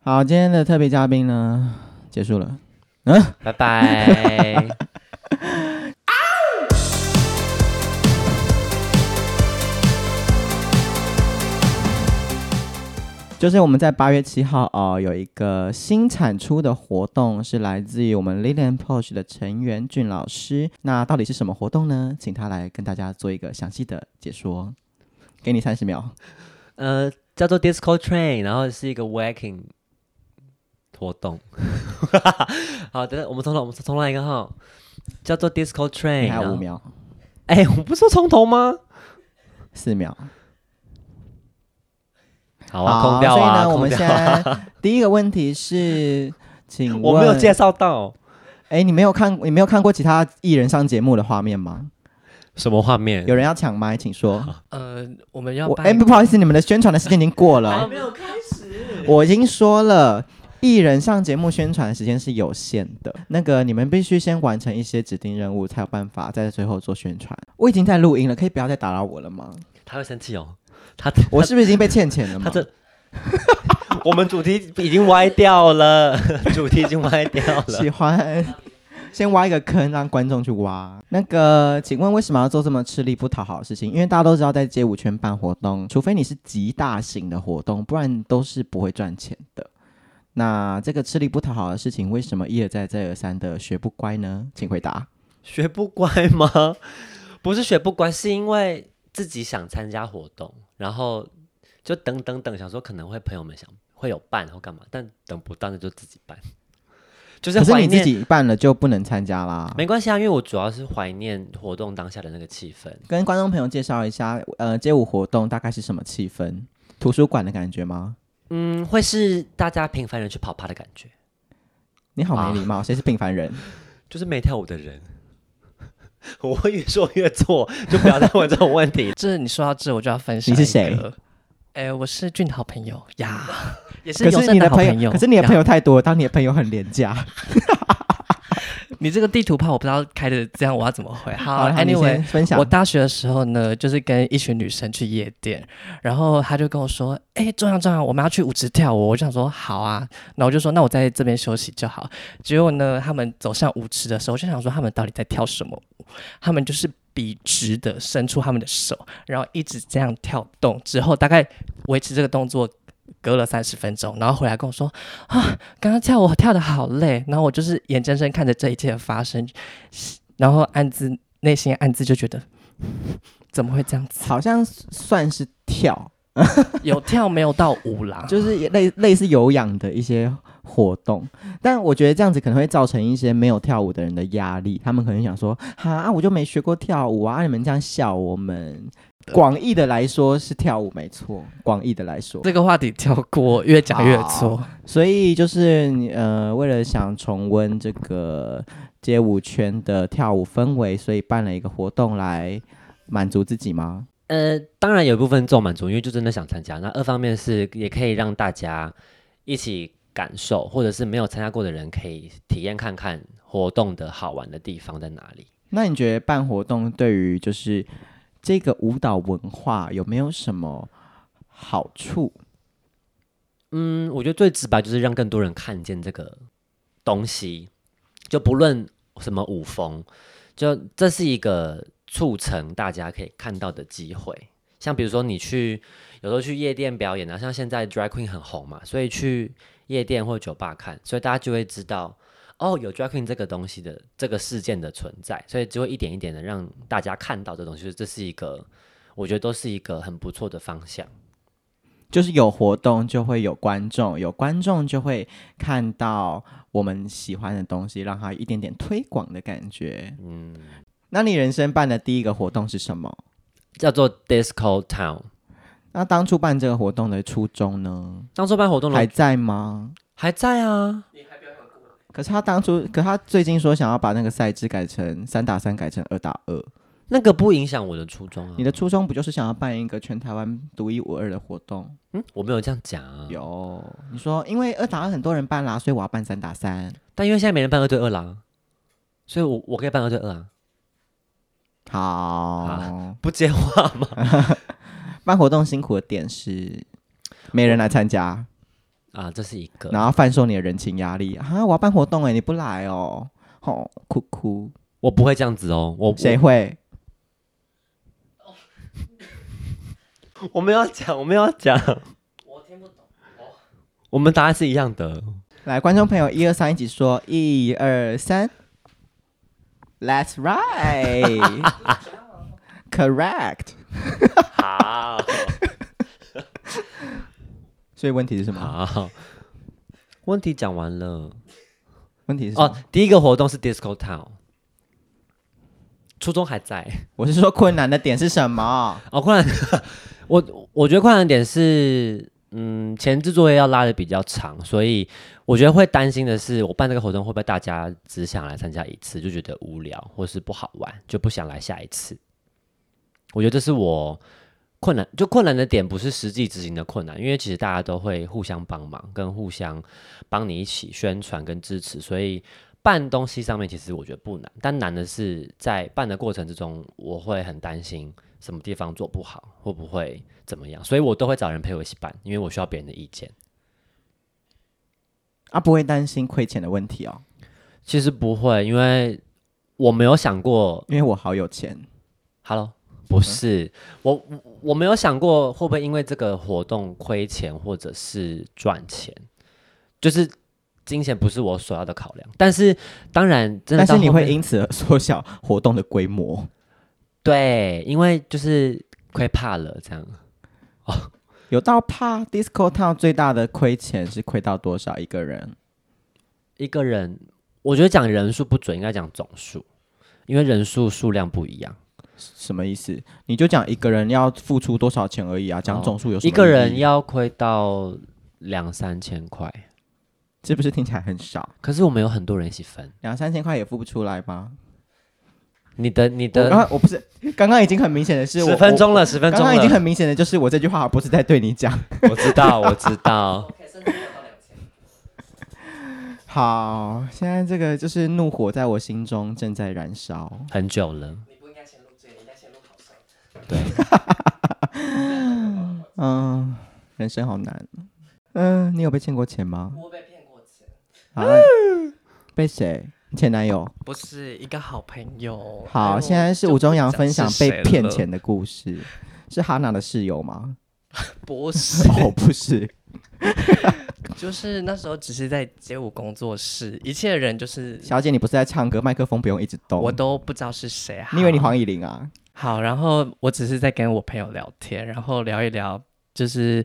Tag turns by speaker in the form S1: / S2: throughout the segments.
S1: 好，今天的特别嘉宾呢结束了。
S2: 拜拜。
S1: 就是我们在八月七号哦，有一个新产出的活动，是来自于我们 Lilian Posh 的陈元俊老师。那到底是什么活动呢？请他来跟大家做一个详细的解说。给你三十秒，
S2: 呃，叫做 Disco Train，然后是一个 Waking 活动。 好的，我们重来，我们重来一个哈，叫做 Disco
S1: 你
S2: Train
S1: 还
S2: 然
S1: 有
S2: 后。
S1: 五秒、
S2: 哎、我不是说从头吗？
S1: 四秒。
S2: 好啊，空掉
S1: 所以
S2: 啊，
S1: 呢，我们
S2: 空
S1: 现
S2: 掉啊。
S1: 在第一个问题是，请问
S2: 我没有介绍到
S1: 哎，你没有看，你没有看过其他艺人上节目的画面吗？
S2: 什么画面。
S1: 有人要抢麦，请说。
S3: 呃，我们要
S1: 我
S3: 办
S1: 哎，不好意思，你们的宣传的时间已经过 了，
S2: 没有开始。
S1: 我已经说了。艺人上节目宣传的时间是有限的，那个你们必须先完成一些指定任务，才有办法在最后做宣传。我已经在录音了，可以不要再打扰我了吗？
S2: 他会生气哦，他
S1: 我是不是已经被欠钱了
S2: 他
S1: 吗？
S2: 这， 我们主题已经歪掉 了，主题已经歪掉了。
S1: 喜欢，先挖一个坑让观众去挖。那个，请问为什么要做这么吃力不讨好的事情？因为大家都知道，在街舞圈办活动，除非你是极大型的活动，不然都是不会赚钱的。那这个吃力不讨好的事情，为什么一而再再而三的学不乖呢？请回答。
S2: 学不乖吗？ 不是学不乖，是因为自己想参加活动，然后就等等等，想说可能会朋友们想会有办或干嘛，但等不到那就自己 办，就是
S1: 可是
S2: 怀
S1: 你自
S2: 念。
S1: 己办了就不能参加啦。
S2: 没关系啊，因为我主要是怀念活动当下的那个气氛。
S1: 跟观众朋友介绍一下，呃，街舞活动大概是什么气氛？图书馆的感觉吗？
S2: 嗯，会是大家平凡人去跑趴的感觉，
S1: 你好
S2: 啊
S1: 没礼貌，谁是平凡人？
S2: 就是没跳舞的人。 我会越说越错，就不要再问这种问题了
S3: 这你说到这，我就要分享。
S1: 你是谁？
S3: 哎，我是俊的好朋友 呀，也是
S1: 可
S3: 友
S1: 是
S3: 善
S1: 你的
S3: 好
S1: 朋友，
S3: 友。
S1: 可是你的
S3: 呀
S1: 朋友太多，当你的朋友很廉价。
S3: 你这个地图炮我不知道开的这样，我要怎么回？好
S1: 好了好你
S3: ，Anyway，
S1: 先分享
S3: 我大学的时候呢，就是跟一群女生去夜店，然后她就跟我说：“哎、重要重要，我们要去舞池跳舞。”我就想说：“好啊。”那我就说：“那我在这边休息就好。”结果呢，他们走向舞池的时候，我就想说他们到底在跳什么舞？他们就是笔直的伸出他们的手，然后一直这样跳动，之后大概维持这个动作。隔了三十分钟，然后回来跟我说啊，刚刚跳舞跳的好累，然后我就是眼睁睁看着这一切的发生，然后暗自内心暗自就觉得 怎么会这样 子？
S1: 好像算是跳，
S3: 有跳没有到 舞啦？
S1: 就是也类类似有氧的一些活动，但我觉得这样子可能会造成一些没有跳舞的人的压力，他们可能想说，哈、啊，我就没学过跳舞啊，你们这样笑我们。广义的来说是跳舞没错，广义的来说，
S3: 这个话题跳过，越讲越错。
S1: 所以就是你呃，为了想重温这个街舞圈的跳舞氛围，所以办了一个活动来满足自己吗？
S2: 呃，当然有一部分做满足，因为就真的想参加。那二方面是也可以让大家一起感受，或者是没有参加过的人可以体验看看活动的好玩的地方在哪里。
S1: 那你觉得办活动对于就是这个舞蹈文化有没有什么好处？
S2: 嗯，我觉得最直白就是让更多人看见这个东西，就不论什么舞风，就这是一个促成大家可以看到的机会。像比如说你去有时候去夜店表演啊，像现在 drag queen 很红嘛，所以去夜店或酒吧看，所以大家就会知道哦，有 drag queen 这个东西的这个事件的存在，所以就会一点一点的让大家看到这东西，就是这是一个我觉得都是一个很不错的方向。
S1: 就是有活动就会有观众，有观众就会看到我们喜欢的东西，让它有一点点推广的感觉。
S2: 嗯，
S1: 那你人生办的第一个活动是什么？
S2: 叫做 disco town。
S1: 那当初办这个活动的初衷呢，
S2: 当初办活动
S1: 还
S2: 还
S1: 在吗？
S2: 还在啊，
S1: 可是他当初，可他最近说想要把那个赛制改成三打三，改成二打二。
S2: 那个不影响我的初衷啊。
S1: 你的初衷不就是想要办一个全台湾独一无二的活动？
S2: 嗯，我没有这样讲啊。，
S1: 有，你说因为二打二很多人办啦，所以我要办三打三。
S2: 但因为现在没人办二对二啦，所以我我可以办二对二啊。
S1: 好，
S2: 不接话吗？
S1: 办活动辛苦的点是没人来参加，
S2: 啊，这是一个。
S1: 然后贩售你的人情压力啊！我要办活动哎，你不来哦，吼、哭哭，
S2: 我不会这样子哦，我
S1: 谁会？
S2: 我我们要讲，我们要讲，
S3: 我听不懂。
S2: 哦我们答案是一样的。
S1: 来，观众朋友，一二三，一起说，一二三，Let's right，correct 。
S2: 好，
S1: 所以问题是什么？
S2: 好，问题讲完了。
S1: 问题是什么
S2: 哦，第一个活动是 Disco Town，初中还在。
S1: 我是说困难的点是什么？
S2: 哦，困难， 我我觉得困难点是，嗯，前置作业要拉的比较长，所以我觉得会担心的是，我办这个活动会不会大家只想来参加一次，就觉得无聊或是不好玩，就不想来下一次。我觉得这是我困难，就困难的点不是实际执行的困难，因为其实大家都会互相帮忙，跟互相帮你一起宣传跟支持，所以办东西上面其实我觉得不难，但难的是在办的过程之中，我会很担心什么地方做不好，会不会怎么样，所以我都会找人陪我一起办，因为我需要别人的意见。
S1: 啊，不会担心亏钱的问题哦，
S2: 其实不会，因为我没有想过
S1: 因为我好有钱。
S2: ，Hello，不是我，我我没有想过会不会因为这个活动亏钱或者是赚钱，就是金钱不是我所要的考量。但是当然，真的
S1: 但
S2: 到
S1: 是你
S2: 后面
S1: 会因此而缩小活动的规模，
S2: 对，因为就是亏怕了这样。
S1: 有到怕 Disco Town 最大的亏钱是亏到多少一个人？
S2: 一个人，我觉得讲人数不准，应该讲总数，因为人数数量不一样。
S1: 什么意思？你就讲一个人要付出多少钱而已啊，讲总数有什么、
S2: 一个人，要亏到两三千块，
S1: 是不是听起来很少？
S2: 可是我们有很多人一起分。
S1: 两三千块也付不出来吗？
S2: 你的你
S1: 我刚
S2: 的
S1: 刚我不是刚刚已经很明显的是我
S2: 十分，钟了，十
S1: 我
S2: 分
S1: 刚
S2: 钟
S1: 刚已经
S2: 了，
S1: 很明显的就是我这句话不是在对你讲。
S2: 我知道，我知道。
S1: 好，现在这个就是怒火在我心中正在燃烧。
S2: 很久了，
S1: 嗯，人生好难。嗯，你有被欠过钱吗？
S3: 我被骗过钱，
S1: 啊，被谁？你前男友？
S3: 不是一个好朋友。哎
S1: 好，
S3: 呦
S1: 现在是吴中阳分享被骗，
S3: 就不讲是谁
S1: 钱的故事。是哈娜的室友吗？
S3: 了不是，
S1: 哦，不是，
S3: 就是那时候只是在街舞工作室，一切人就是
S1: 小姐，你不是在唱歌，麦克风不用一直动。
S3: 我都不知道是谁啊。
S1: 你以为你黄以玲啊？
S3: 好，然后我只是在跟我朋友聊天，然后聊一聊，就是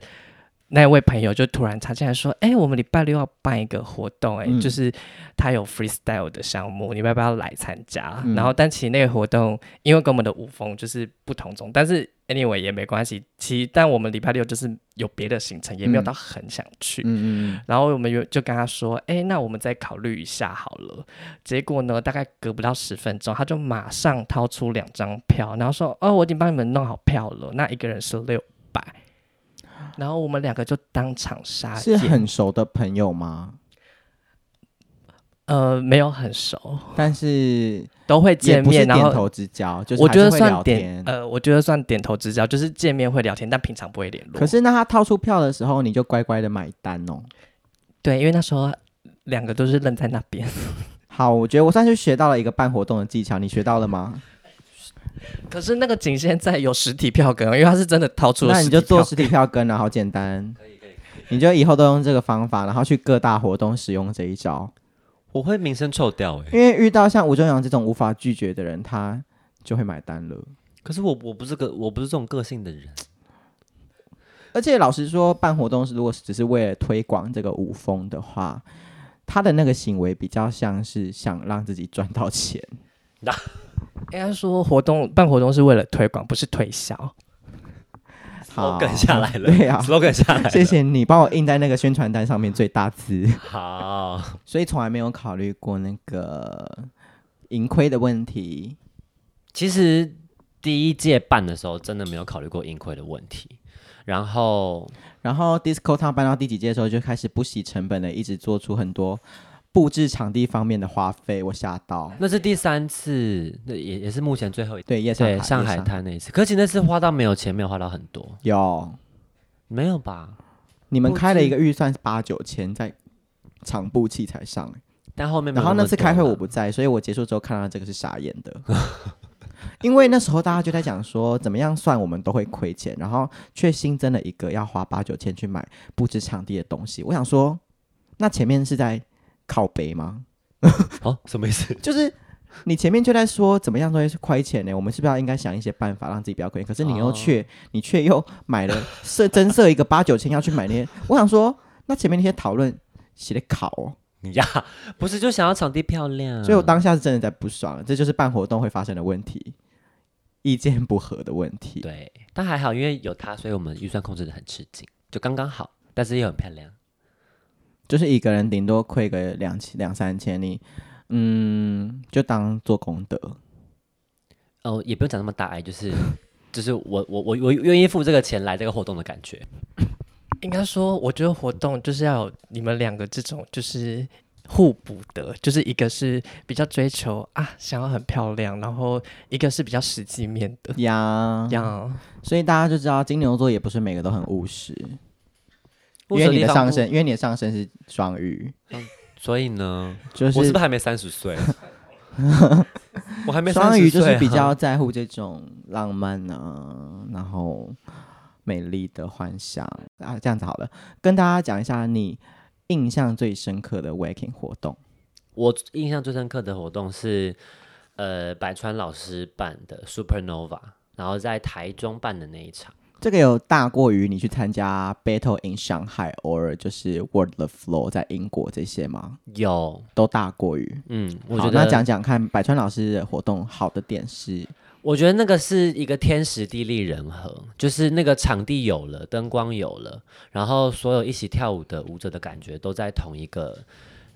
S3: 那位朋友就突然插进来说：“哎、我们礼拜六要办一个活动、哎、
S1: 嗯
S3: 就是他有 freestyle 的项目，你们要不要来参加？”
S1: 嗯
S3: 然后，但其实那个活动因为跟我们的舞风就是不同种，但是 anyway 也没关系。其实，但我们礼拜六就是有别的行程，也没
S1: 嗯
S3: 有到很想去。
S1: 嗯嗯
S3: 然后我们有就跟他说，哎、那我们再考虑一下好了。结果呢，大概隔不到十分钟，他就马上掏出两张票，然后说，哦，我已经帮你们弄好票了，那一个人是六百。然后我们两个就当场傻
S1: 嗯，是
S3: 眼，
S1: 很熟的朋友吗？
S3: 呃，没有很熟，
S1: 但是
S3: 都会
S1: 也
S3: 见
S1: 不是
S3: 面，然
S1: 点
S3: 后
S1: 头之交，就是
S3: 我
S1: 还
S3: 觉得
S1: 是会
S3: 算
S1: 聊
S3: 点
S1: 天，。
S3: 呃，我觉得算点头之交，就是见面会聊天，但平常不会联络。
S1: 可是那他掏出票的时候，你就乖乖的买单哦。
S3: 对，因为那时候两个都是愣在那 边，
S1: 好，我觉得我算是学到了一个办活动的技巧，你学到了吗？
S3: 可是那个仅限在有实体票根，因为他是真的掏出了
S1: 那
S3: 实
S1: 你
S3: 体
S1: 就
S3: 票
S1: 做实体票根啊，好简单。可以可以。你就以后都用这个方法，然后去各大活动使用这一招，
S2: 我会名声臭掉哎、
S1: 因为遇到像吴中阳这种无法拒绝的人，他就会买单了。
S2: 可是我我不是个我不是这种个性的人，
S1: 而且老实说，办活动是如果只是为了推广这个舞风的话，他的那个行为比较像是想让自己赚到钱。
S3: 应该说活动办活动是为了推广，不是推销。
S1: 好
S2: slogan 下来了
S1: 对啊
S2: slogan 下来了，
S1: 谢谢你帮我印在那个宣传单上面最大字，
S2: 好，
S1: 所以从来没有考虑过那个盈亏的问题。
S2: 其实第一届办的时候，真的没有考虑过盈亏的问题。然后
S1: 然后 Disco Town 搬到第几届的时候，就开始不惜成本的一直做出很多布置场地方面的花费，我吓到。
S2: 那是第三次，那也也是目前最后一
S1: 对，夜上
S2: 对
S1: 海，
S2: 上海
S1: 夜
S2: 滩那一次。可是其实那次花到没有钱，没有花到很多，
S1: 有
S2: 没有吧？
S1: 你们
S2: 布
S1: 开了一
S2: 置
S1: 个预算是八九千在场部器材上、欸
S2: 但后面没有
S1: 然后那
S2: 么啊
S1: 次
S2: 多
S1: 开会
S2: 了
S1: 我不在，所以我结束之后看到这个是傻眼的。 因为那时候大家就在讲说，怎么样算我们都会亏钱，然后却新增了一个要花八九千去买布置场地的东西。我想说，那前面是在靠北吗？
S2: 哦，什么 意思？
S1: 就是你前面就在说怎么样都会是亏钱呢？我们是不是要应该想一些办法让自己不要亏钱？可是你又
S2: 哦
S1: 却、你却又买了设增设一个八九千要去买那些，我想说，那前面那些讨论写的考哦。
S2: 你呀，不是就想要场地漂亮？
S1: 所以我当下是真的在不爽，这就是办活动会发生的问题，意见不合的问题。
S2: 对，但还好，因为有它，所以我们预算控制的很吃紧，就刚刚好，但是也很漂亮。
S1: 就是一个人顶多亏个两千两三千，你嗯，就当做功德。
S2: 哦，也不用讲那么大爱，就是 就是我我我我愿意付这个钱来这个活动的感觉。
S3: 应该说，我觉得活动就是要有你们两个这种就是互补的，就是一个是比较追求啊想要很漂亮，然后一个是比较实际面的。
S1: 嗯呀
S3: 这，样，
S1: 所以大家就知道金牛座也不是每个都很务实，因
S2: 物质
S1: 为你的
S2: 地方
S1: 上
S2: 不，
S1: 升，因为你的上升是双鱼，
S2: 所以呢，
S1: 就
S2: 我是
S1: 是
S2: 不是还没三十 岁？我还没
S1: 双
S2: 30
S1: 鱼就是
S2: 岁
S1: 比
S2: 啊
S1: 较在乎这种浪漫啊，然后美丽的幻想啊。这样子好了，跟大家讲一下你印象最深刻的 waking 活动。
S2: 我印象最深刻的活动是，呃，百川老师办的 Supernova，然后在台中办的那一场。
S1: 这个有大过于你去参加 Battle in Shanghai 或就是 World of Flow 在英国这些吗？
S2: 有，
S1: 都大过于。
S2: 嗯，我
S1: 好
S2: 觉
S1: 那
S2: 得
S1: 讲讲看，百川老师的活动好的点是，
S2: 我觉得那个是一个天时地利人和，就是那个场地有了，灯光有了，然后所有一起跳舞的舞者的感觉都在同一个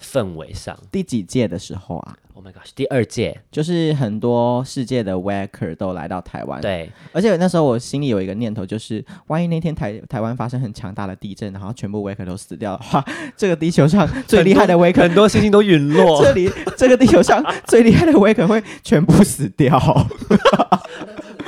S2: 氛围上。
S1: 第几届的时候啊，
S2: Oh my gosh，第二届，
S1: 就是很多世界的 waker 都来到台湾，
S2: 对，
S1: 而且那时候我心里有一个念头，就是万一那天台台湾发生很强大的地震，然后全部 Waker 都死掉的话，这个地球上最厉害的 Waker，
S2: 很多星星都陨落
S1: 这。里这个地球上最厉害的 Waker 会全部死掉。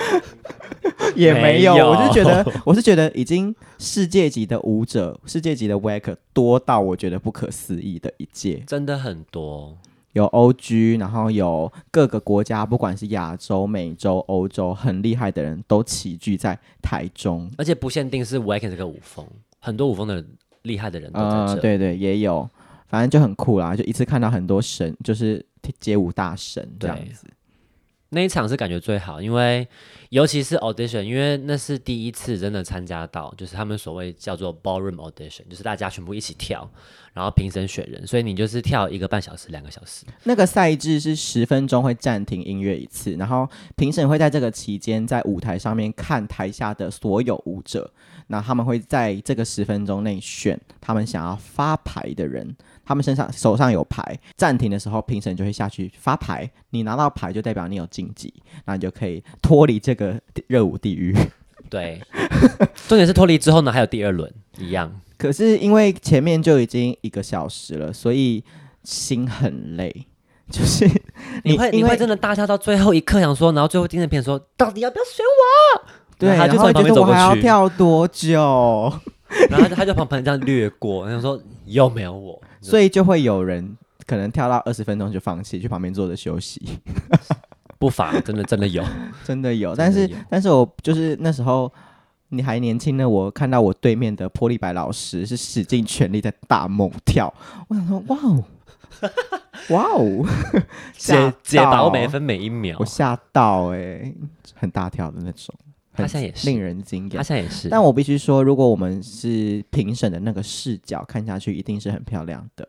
S1: 也没有，
S2: 没有
S1: 我是觉得，我是觉得已经世界级的舞者、世界级的 Waker 多到我觉得不可思议的一届。
S2: 真的很多，
S1: 有 OG，然后有各个国家，不管是亚洲、美洲、欧洲，很厉害的人都齐聚在台中。
S2: 而且不限定是 Wacken 这个舞风，很多舞风的厉害的人都在
S1: 呃，
S2: 这。
S1: 对对，也有，反正就很酷啦，就一次看到很多神，就是街舞大神这样
S2: 对
S1: 子。
S2: 那一场是感觉最好，因为尤其是 audition，因为那是第一次真的参加到，就是他们所谓叫做 ballroom audition，就是大家全部一起跳，然后评审选人，所以你就是跳一个半小时、两个小时，
S1: 那个赛制是十分钟会暂停音乐一次，然后评审会在这个期间在舞台上面看台下的所有舞者，那他们会在这个十分钟内选他们想要发牌的人，他们身上手上有牌，暂停的时候评审就会下去发牌，你拿到牌就代表你有晋级，那你就可以脱离这个热舞地狱。
S2: 对。重点是脱离之后呢，还有第二轮一样，
S1: 可是因为前面就已经一个小时了，所以心很累。就是
S2: 你会
S1: 因
S2: 你
S1: 为
S2: 会真的大笑到最后一刻，想说，然后最后盯着 片说，到底要不要选
S1: 对，
S2: 然后
S1: 然
S2: 他就
S1: 后
S2: 从旁
S1: 觉
S2: 边
S1: 得
S2: 走
S1: 我
S2: 过
S1: 还要
S2: 去
S1: 跳多久，
S2: 我？然后他就旁旁这样略过，然后说有没有我？
S1: 所以就会有人可能跳到二十分钟就放弃，去旁边坐着休息。
S2: 不乏真的真的有，
S1: 真的有，
S2: 真
S1: 但
S2: 的
S1: 是
S2: 有
S1: 但是我就是那时候你还年轻呢，我看到我对面的玻璃白老师是使尽全力在大猛跳，我想说哇哦哇哦， 吓
S2: 姐姐把握
S1: 到
S2: 每分每一秒
S1: 我，吓到哎、很大跳的那种，
S2: 他
S1: 很
S2: 现在也是
S1: 令人惊
S2: 他
S1: 艳。
S2: 现在也是，
S1: 但我必须说，如果我们是评审的那个视角看下去，一定是很漂亮的。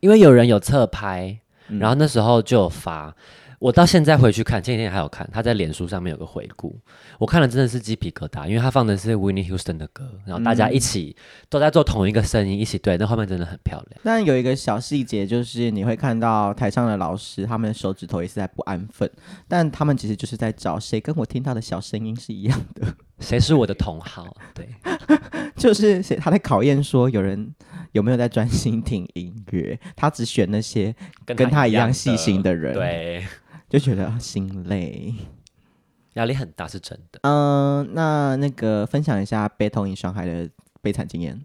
S2: 因为有人有侧拍，
S1: 嗯
S2: 然后那时候就有发。我到现在回去看，前几天还有看，他在脸书上面有个回顾，我看了真的是鸡皮疙瘩，因为他放的是 Winnie Houston 的歌，然后大家一起都在做同一个声音，一起对，那画面真的很漂亮。
S1: 但有一个小细节，就是你会看到台上的老师，他们的手指头也是在不安分，但他们其实就是在找谁跟我听到的小声音是一样的，
S2: 谁是我的同好？对，
S1: 就是谁他在考验说有人有没有在专心听音乐，他只选那些
S2: 跟
S1: 跟他一样
S2: 的
S1: 细心，的人，，
S2: 对，
S1: 就觉得心累。
S2: 压力很大是真的。
S1: 嗯、那那个分享一下悲痛与伤害的悲惨经验。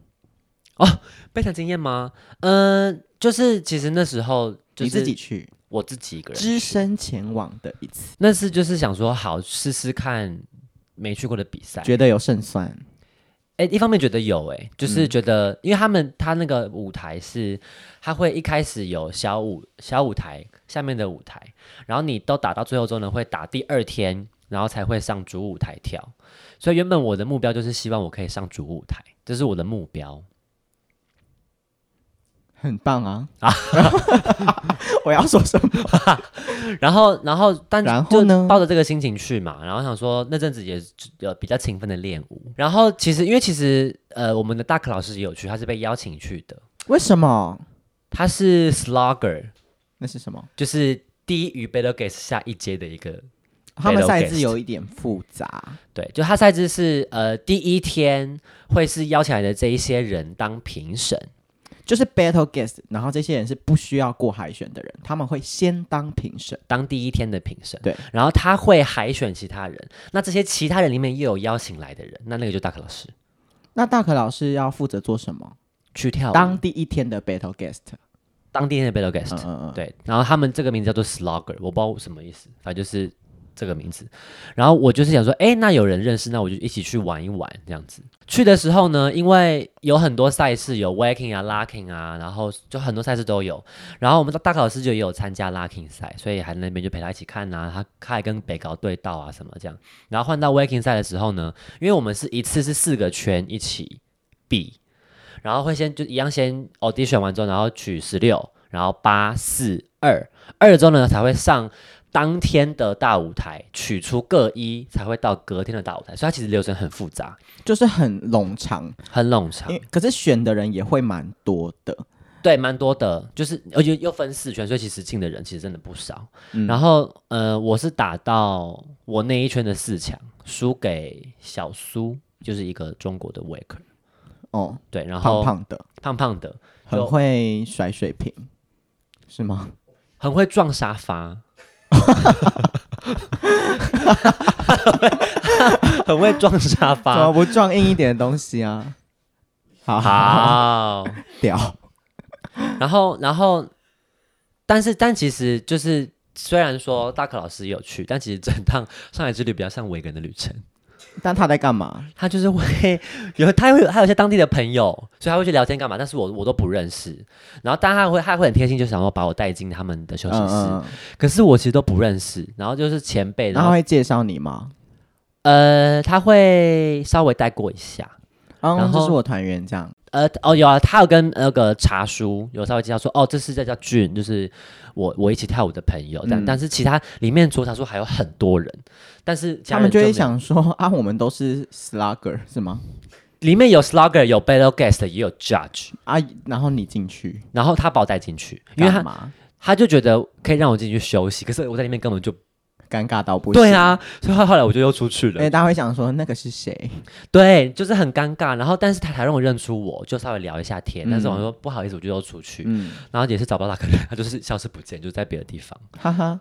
S2: 被谈经验吗？嗯、就是其实那时候就是
S1: 你自己去，
S2: 我自己一个人
S1: 只
S2: 去
S1: 身前往的一次，
S2: 那次就是想说好试试看没去过的比赛，
S1: 觉得有胜算，
S2: 哎、一方面觉得有、哎，就是
S1: 嗯
S2: 觉得，因为他们他那个舞台是，他会一开始有小舞小舞台下面的舞台，然后你都打到最后之后呢，会打第二天，然后才会上主舞台跳。所以原本我的目标就是希望我可以上主舞台，这是我的目标。
S1: 很棒啊！ 我要说什么？
S2: 然后，然后，但
S1: 然后
S2: 就
S1: 呢
S2: 抱着这个心情去嘛，然后想说那阵子也呃比较勤奋的练舞。然后其实因为其实呃我们的大可老师也有去，他是被邀请去的，
S1: 为什么？
S2: 他是 slugger。
S1: 那是什么？
S2: 就是低于 b e l g a t e 下一阶的一个，
S1: 他们
S2: Battle
S1: 赛制
S2: Guest
S1: 有一点复杂，
S2: 对，就他赛制是呃第一天会是邀请来的这一些人当评审，
S1: 就是 battle guest，然后这些人是不需要过海选的人，他们会先当评审。
S2: 当第一天的评审，
S1: 对，
S2: 然后他会海选其他人，那这些其他人里面又有邀请来的人，那那个就大可老师
S1: 那大可老师要负责做什么？
S2: 去跳舞
S1: 当第一天的 battle guest。
S2: 当第一天的 b e l g a
S1: 嗯
S2: t e
S1: 嗯嗯，
S2: 对，然后他们这个名字叫做 Slugger，我不知道什么意思，反正就是这个名字。然后我就是想说，哎，那有人认识，那我就一起去玩一玩这样子。去的时候呢，因为有很多赛事，有 Waking 啊、Locking 啊，然后就很多赛事都有。然后我们大考老师就也有参加 Locking 赛，所以还那边就陪他一起看啊，他他还跟北高对到啊什么这样。然后换到 Waking 赛的时候呢，因为我们是一次是四个圈一起比，然后会先就一样先 audition 完之后，然后取十六，然后八四二二了之后呢，才会上当天的大舞台，取出各一，才会到隔天的大舞台。所以它其实流程很复杂，
S1: 就是很冗长，
S2: 很冗长
S1: 因，可是选的人也会蛮多的。
S2: 对，蛮多的，就是而且又分四圈，所以其实进的人其实真的不少。
S1: 嗯
S2: 然后呃，我是打到我那一圈的四强，输给小苏，就是一个中国的 waker。
S1: 哦，
S2: 对，然
S1: 胖
S2: 后
S1: 胖的，
S2: 胖胖的，
S1: 很
S2: 就
S1: 会甩水瓶，是吗？
S2: 很会撞 沙发，很会撞沙
S1: 怎么
S2: 发。
S1: 不撞硬一点的东西 啊？好
S2: 好，
S1: 屌，
S2: 然后然后，但是但其实就是，虽然说大可老师有去，但其实整趟上海之旅比较像维格人的旅程。
S1: 但他在干嘛？
S2: 他就是会 有，他会有他有一些当地的朋友，所以他会去聊天干嘛？但是我我都不认识。然后，但他会他会很贴心，就想要把我带进他们的休
S1: 嗯
S2: 息室。
S1: 嗯，嗯
S2: 可是我其实都不认识。然后就是前辈，
S1: 那
S2: 哎然
S1: 他
S2: 后
S1: 会介绍你吗？
S2: 呃，他会稍微带过一下。
S1: 嗯，
S2: 然
S1: 这
S2: 后
S1: 是我团员这样。
S2: 呃，哦，有啊，他有跟那个茶叔有稍微介绍说，哦，这是在叫俊，就是我我一起跳舞的朋友，但、
S1: 嗯
S2: 但是其他里面除了茶叔还有很多人，但是其
S1: 他
S2: 人
S1: 们就
S2: 没
S1: 会
S2: 有，
S1: 想说啊，我们都是 slugger 是吗？
S2: 里面有 slugger，有 battle guest，也有 judge，
S1: 啊，然后你进去，
S2: 然后他把我带进去，因为
S1: 干
S2: 他
S1: 嘛
S2: 他就觉得可以让我进去休息，可是我在里面根本就
S1: 尴尬到不行。
S2: 对，啊，所以后后来我就又出去了，
S1: 哎，大家会想说那个是谁？
S2: 对，就是很尴尬，然后但是他才让我认出我，就稍微聊一下天，但是我
S1: 嗯
S2: 说不好意思，我就又出去，
S1: 嗯，
S2: 然后也是找不到他，可能 他就是消失不见，就是在别的地方。
S1: 哈哈，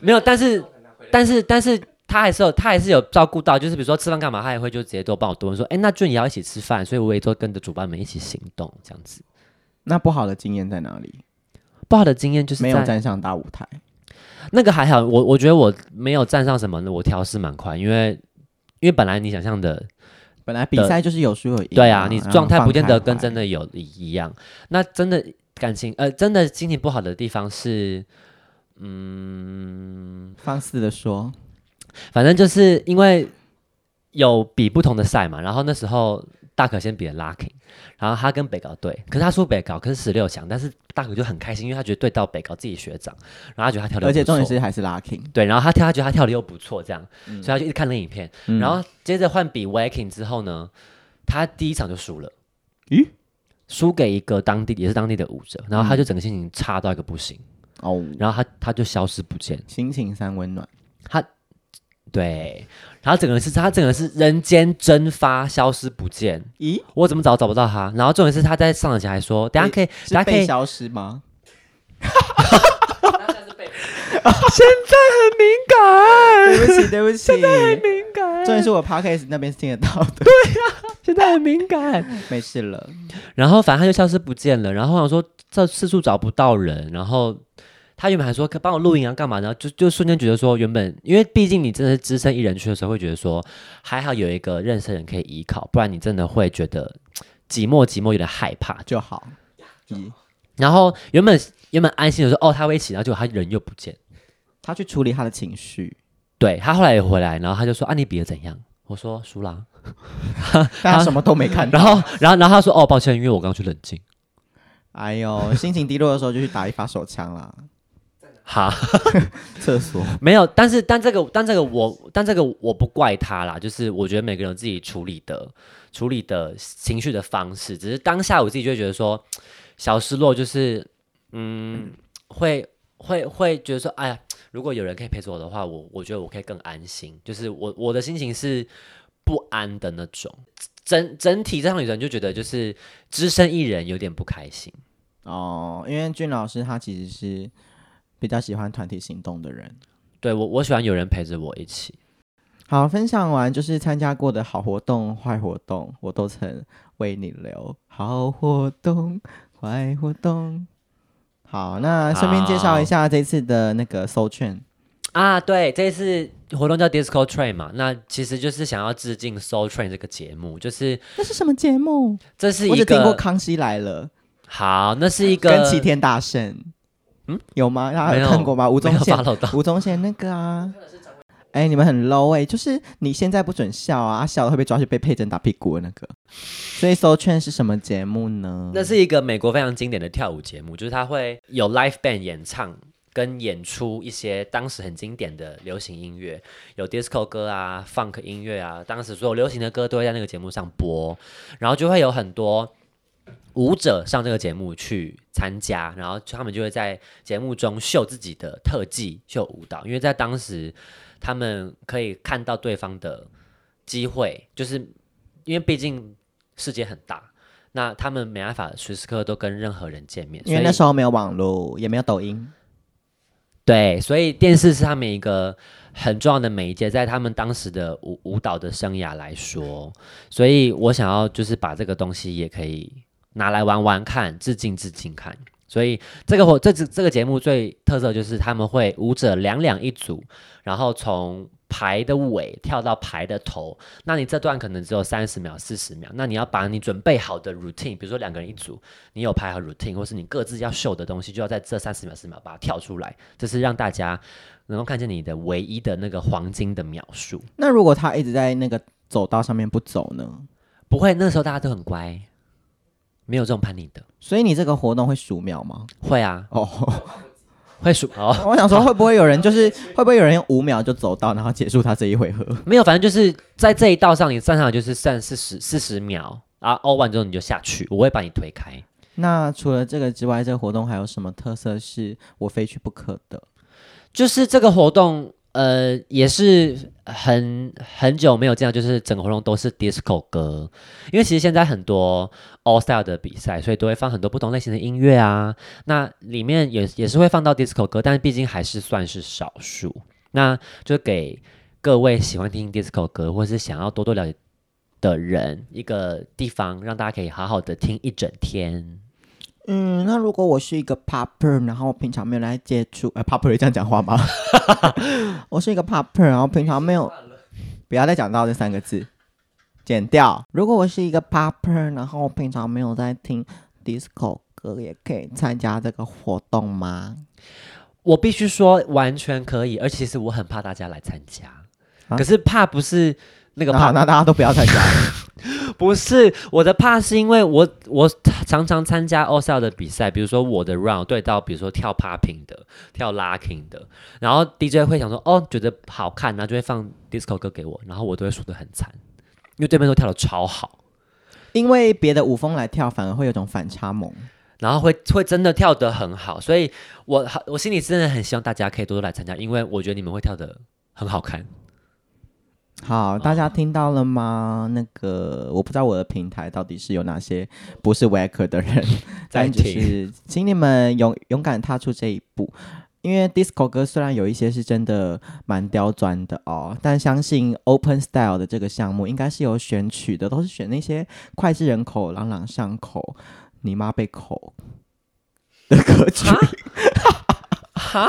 S2: 没有，但是但是但是他还是有他还是有照顾到，就是比如说吃饭干嘛，他也会就直接都帮我多问说，哎，那俊也要一起吃饭，所以我也都跟着主办们一起行动这样子。
S1: 那不好的经验在哪里？
S2: 不好的经验就是
S1: 没有
S2: 在
S1: 站上大舞台。
S2: 那个还好，我我觉得我没有站上什么，我调试蛮快，因为因为本来你想象的，
S1: 本来比
S2: 的
S1: 赛就是有输有赢啊，
S2: 对啊，你
S1: 然后
S2: 状态
S1: 放
S2: 不见
S1: 开
S2: 得跟
S1: 怀
S2: 真的有一一样。那真的感情呃，真的心情不好的地方是，嗯，
S1: 放肆的说，
S2: 反正就是因为有比不同的赛嘛，然后那时候大可先比了 Lucky，然后他跟北高对，可是他输北高，可是十六强，但是大可就很开心，因为他觉得对到北高自己学长，然后他觉得他跳的，
S1: 而且重点是还是 lucky，
S2: 对，然后他跳，他觉得他跳的又不错，这样，
S1: 嗯
S2: 所以他就一直看那影片，
S1: 嗯
S2: 然后接着换比 Waking 之后呢，他第一场就输了，
S1: 咦，
S2: 输给一个当地也是当地的舞者，然后他就整个心情差到一个不行，
S1: 哦，
S2: 然后他他就消失不见。
S1: 心情三温暖，
S2: 对，然后整个人是他整个人是人间蒸发，消失不见。
S1: 咦，
S2: 我怎么找都找不到他？然后重点是他在上场 前还说，等下可以，
S1: 是
S2: 等下可
S1: 被
S2: 以，
S1: 消失吗？对不起，对不起，
S2: 敏感啊
S1: 重点是我 podcast 那边是听得到的，
S2: 现在很敏感。
S1: 没事了。
S2: 然后反正他就消失不见了。然后我想说这四处找不到人，然后他原本还说可帮我录影啊干嘛，然后就就瞬间觉得说原本因为毕竟你真的是只身一人去的时候，会觉得说还好有一个认识的人可以依靠，不然你真的会觉得嘖寂寞寂寞有点害怕。
S1: 就好。一，
S2: 然后原本原本安心的说哦他会一起，然后结果他人又不见。
S1: 他去处理他的情绪，
S2: 对他后来也回来，然后他就说啊你比的怎样？我说输啦。
S1: 但他什么都没看到。
S2: 啊然后然后然后他说哦抱歉，因为我刚去冷静。
S1: 哎呦，心情低落的时候就去打一发手枪啦，
S2: 好。
S1: 厕所。
S2: 没有，但是但这个但这个我但这个我不怪他啦，就是我觉得每个人有自己处理的处理的情绪的方式，只是当下我自己就会觉得说，小失落就是嗯，会会会觉得说，哎呀，如果有人可以陪着我的话，我我觉得我可以更安心，就是我我的心情是不安的那种，整整体这趟旅程就觉得就是只身一人有点不开心，
S1: 哦，因为俊老师他其实是比较喜欢团体行动的人。
S2: 对我我喜欢有人陪着我一起。
S1: 好，分享完就是参加过的好活动、坏活动，我都曾为你留。好活动、坏活动。好，那顺便介绍一下这次的那个搜券。
S2: 啊，对，这次活动叫 Disco Train 嘛，那其实就是想要致敬 Soul Train 这个节目，就是
S1: 那是什么节目？
S2: 这是
S1: 我
S2: 一
S1: 只听过《
S2: 个
S1: 康熙来了》
S2: 好，那是一个
S1: 跟齐天大圣。嗯，有吗？大
S2: 没
S1: 家有
S2: 有
S1: 看过吗？吴宗
S2: 没有
S1: 宪
S2: follow 到，
S1: 吴宗宪那个啊。哎、你们很 low 哎、就是你现在不准笑啊，笑了会被抓去被佩珍打屁股的那个。所以搜券是什么节目呢？
S2: 那是一个美国非常经典的跳舞节目，就是它会有 live band 演唱跟演出一些当时很经典的流行音乐，有 disco 歌啊、funk 音乐啊，当时所有流行的歌都会在那个节目上播，然后就会有很多。舞者上这个节目去参加，然后他们就会在节目中秀自己的特技、秀舞蹈，因为在当时他们可以看到对方的机会，就是因为毕竟世界很大，那他们没办法随时刻刻都跟任何人见面，
S1: 因为
S2: 所以
S1: 那时候没有网络，也没有抖音。
S2: 对，所以电视是他们一个很重要的媒介，在他们当时的舞舞蹈的生涯来说，所以我想要就是把这个东西也可以拿来玩玩看，致敬致敬看。所以这个活这这这个节目最特色就是他们会舞者两两一组，然后从排的尾跳到排的头。那你这段可能只有三十秒、四十秒，那你要把你准备好的 routine，比如说两个人一组，你有排好 routine，或是你各自要秀的东西，就要在这三十秒、四十秒把它跳出来。这是让大家能够看见你的唯一的那个黄金的描述。
S1: 那如果他一直在那个走道上面不走呢？
S2: 不会，那时候大家都很乖，没有这种叛逆的。
S1: 所以你这个活动会数秒吗？
S2: 会啊，
S1: 哦，
S2: 会数哦，
S1: 我想说会不会有人就是会不会有人用五秒就走到，然后结束他这一回合？
S2: 没有，反正就是在这一道上，你站上来就是站四十四十秒啊，欧完之后你就下去，我会把你推开。
S1: 那除了这个之外，这个活动还有什么特色是我非去不可的？
S2: 就是这个活动，呃，也是很很久没有见到，就是整个活动都是 disco 歌，因为其实现在很多 all style 的比赛，所以都会放很多不同类型的音乐啊。那里面也也是会放到 disco 歌，但毕竟还是算是少数。那就给各位喜欢听 disco 歌，或是想要多多了解的人一个地方，让大家可以好好的听一整天。
S1: 嗯，那如果我是一个 popper，然后我平常没有来接触，呃，popper 有这样讲话吗？ 我是一个 popper，然后平常没有，不要再讲到这三个字，剪掉。如果我是一个 popper，然后我平常没有在听 disco 歌，也可以参加这个活动吗？
S2: 我必须说，完全可以，而其实我很怕大家来参加，
S1: 啊
S2: 可是怕不是那个
S1: 那好，
S2: 怕，
S1: 那大家都不要参加 了。
S2: 不是我的怕，是因为我我常常参加 o s a 的比赛，比如说我的 round 对到比如说跳 popping 的、跳 locking 的，然后 DJ 会想说哦觉得好看，然后就会放 disco 歌给我，然后我都会输得很惨，因为对面都跳的超好。
S1: 因为别的舞风来跳，反而会有种反差萌。
S2: 然后会会真的跳得很好，所以我我心里真的很希望大家可以多多来参加，因为我觉得你们会跳得很好看。
S1: 好，大家听到了吗？那个我不知道我的平台到底是有哪些不是 Wacker 的人
S2: 在
S1: 但只
S2: 听
S1: 是请你们勇勇敢踏出这一步。因为 disco 歌虽然有一些是真的蛮刁钻的哦，但相信 open style 的这个项目应该是有选曲的，都是选那些脍炙人口、朗朗上口、你妈被口的歌曲。
S3: 哈，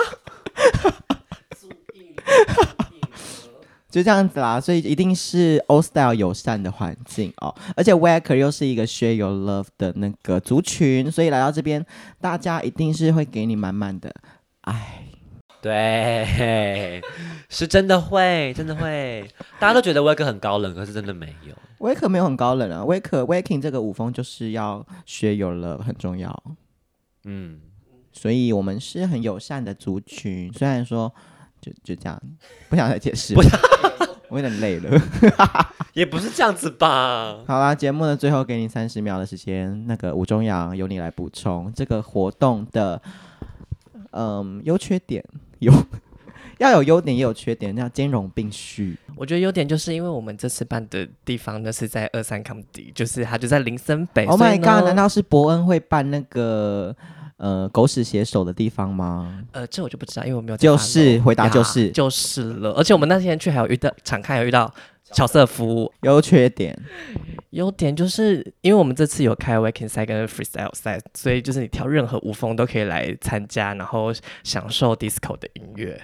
S1: 就这样子啦，所以一定是 old style 友善的环境哦。而且 Wacker 又是一个 share your love 的那个族群，所以来到这边，大家一定是会给你满满的爱。
S2: 对，是真的会，真的会。大家都觉得威哥很高冷，可是真的没有。
S1: Wacker 没有很高冷啊，Wacker Waking 这个舞风就是要 share your love 很重要，
S2: 嗯，
S1: 所以我们是很友善的族群。虽然说就就这样，不想再解释了， 我有点累了。
S2: 也不是这样子吧？
S1: 好啦，节目的最后给你三十秒的时间，那个吴中阳由你来补充这个活动的，嗯，优缺点有 要有优点也有缺点，要兼容并蓄。
S3: 我觉得优点就是因为我们这次办的地方呢是在二三康迪，就是它就在林森北。
S1: Oh
S3: 哎所以
S1: my
S3: 呢
S1: god！难道是伯恩会办那个呃狗屎写手的地方吗？
S3: 呃，这我就不知道，因为我没有在
S1: 就
S3: follow。
S1: 是回答
S3: 呀
S1: 就是
S3: 就是了。而且我们那天去还有遇到场看，有遇到乔瑟夫。
S1: 优缺点，
S3: 优点就是因为我们这次有开 Waking 赛跟 Freestyle 赛，所以就是你挑任何舞风都可以来参加，然后享受 disco 的音乐。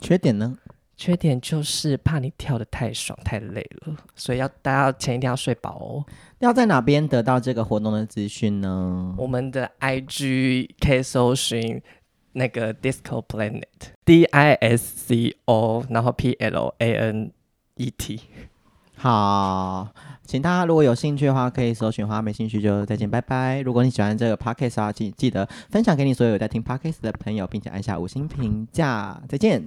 S1: 缺点呢？
S3: 缺点就是怕你跳的太爽太累了，所以要大家前一天要睡饱哦。
S1: 要在哪边得到这个活动的资讯呢？
S3: 我们的 IG 可以搜寻那个 Disco Planet D I S C O，然后 P L A N E T。
S1: 好，请大家如果有兴趣的话，可以搜寻花，没兴趣就再见，拜拜。如果你喜欢这个 podcast 啊，请记得分享给你所有有在听 podcast 的朋友，并且按下五星评价。再见。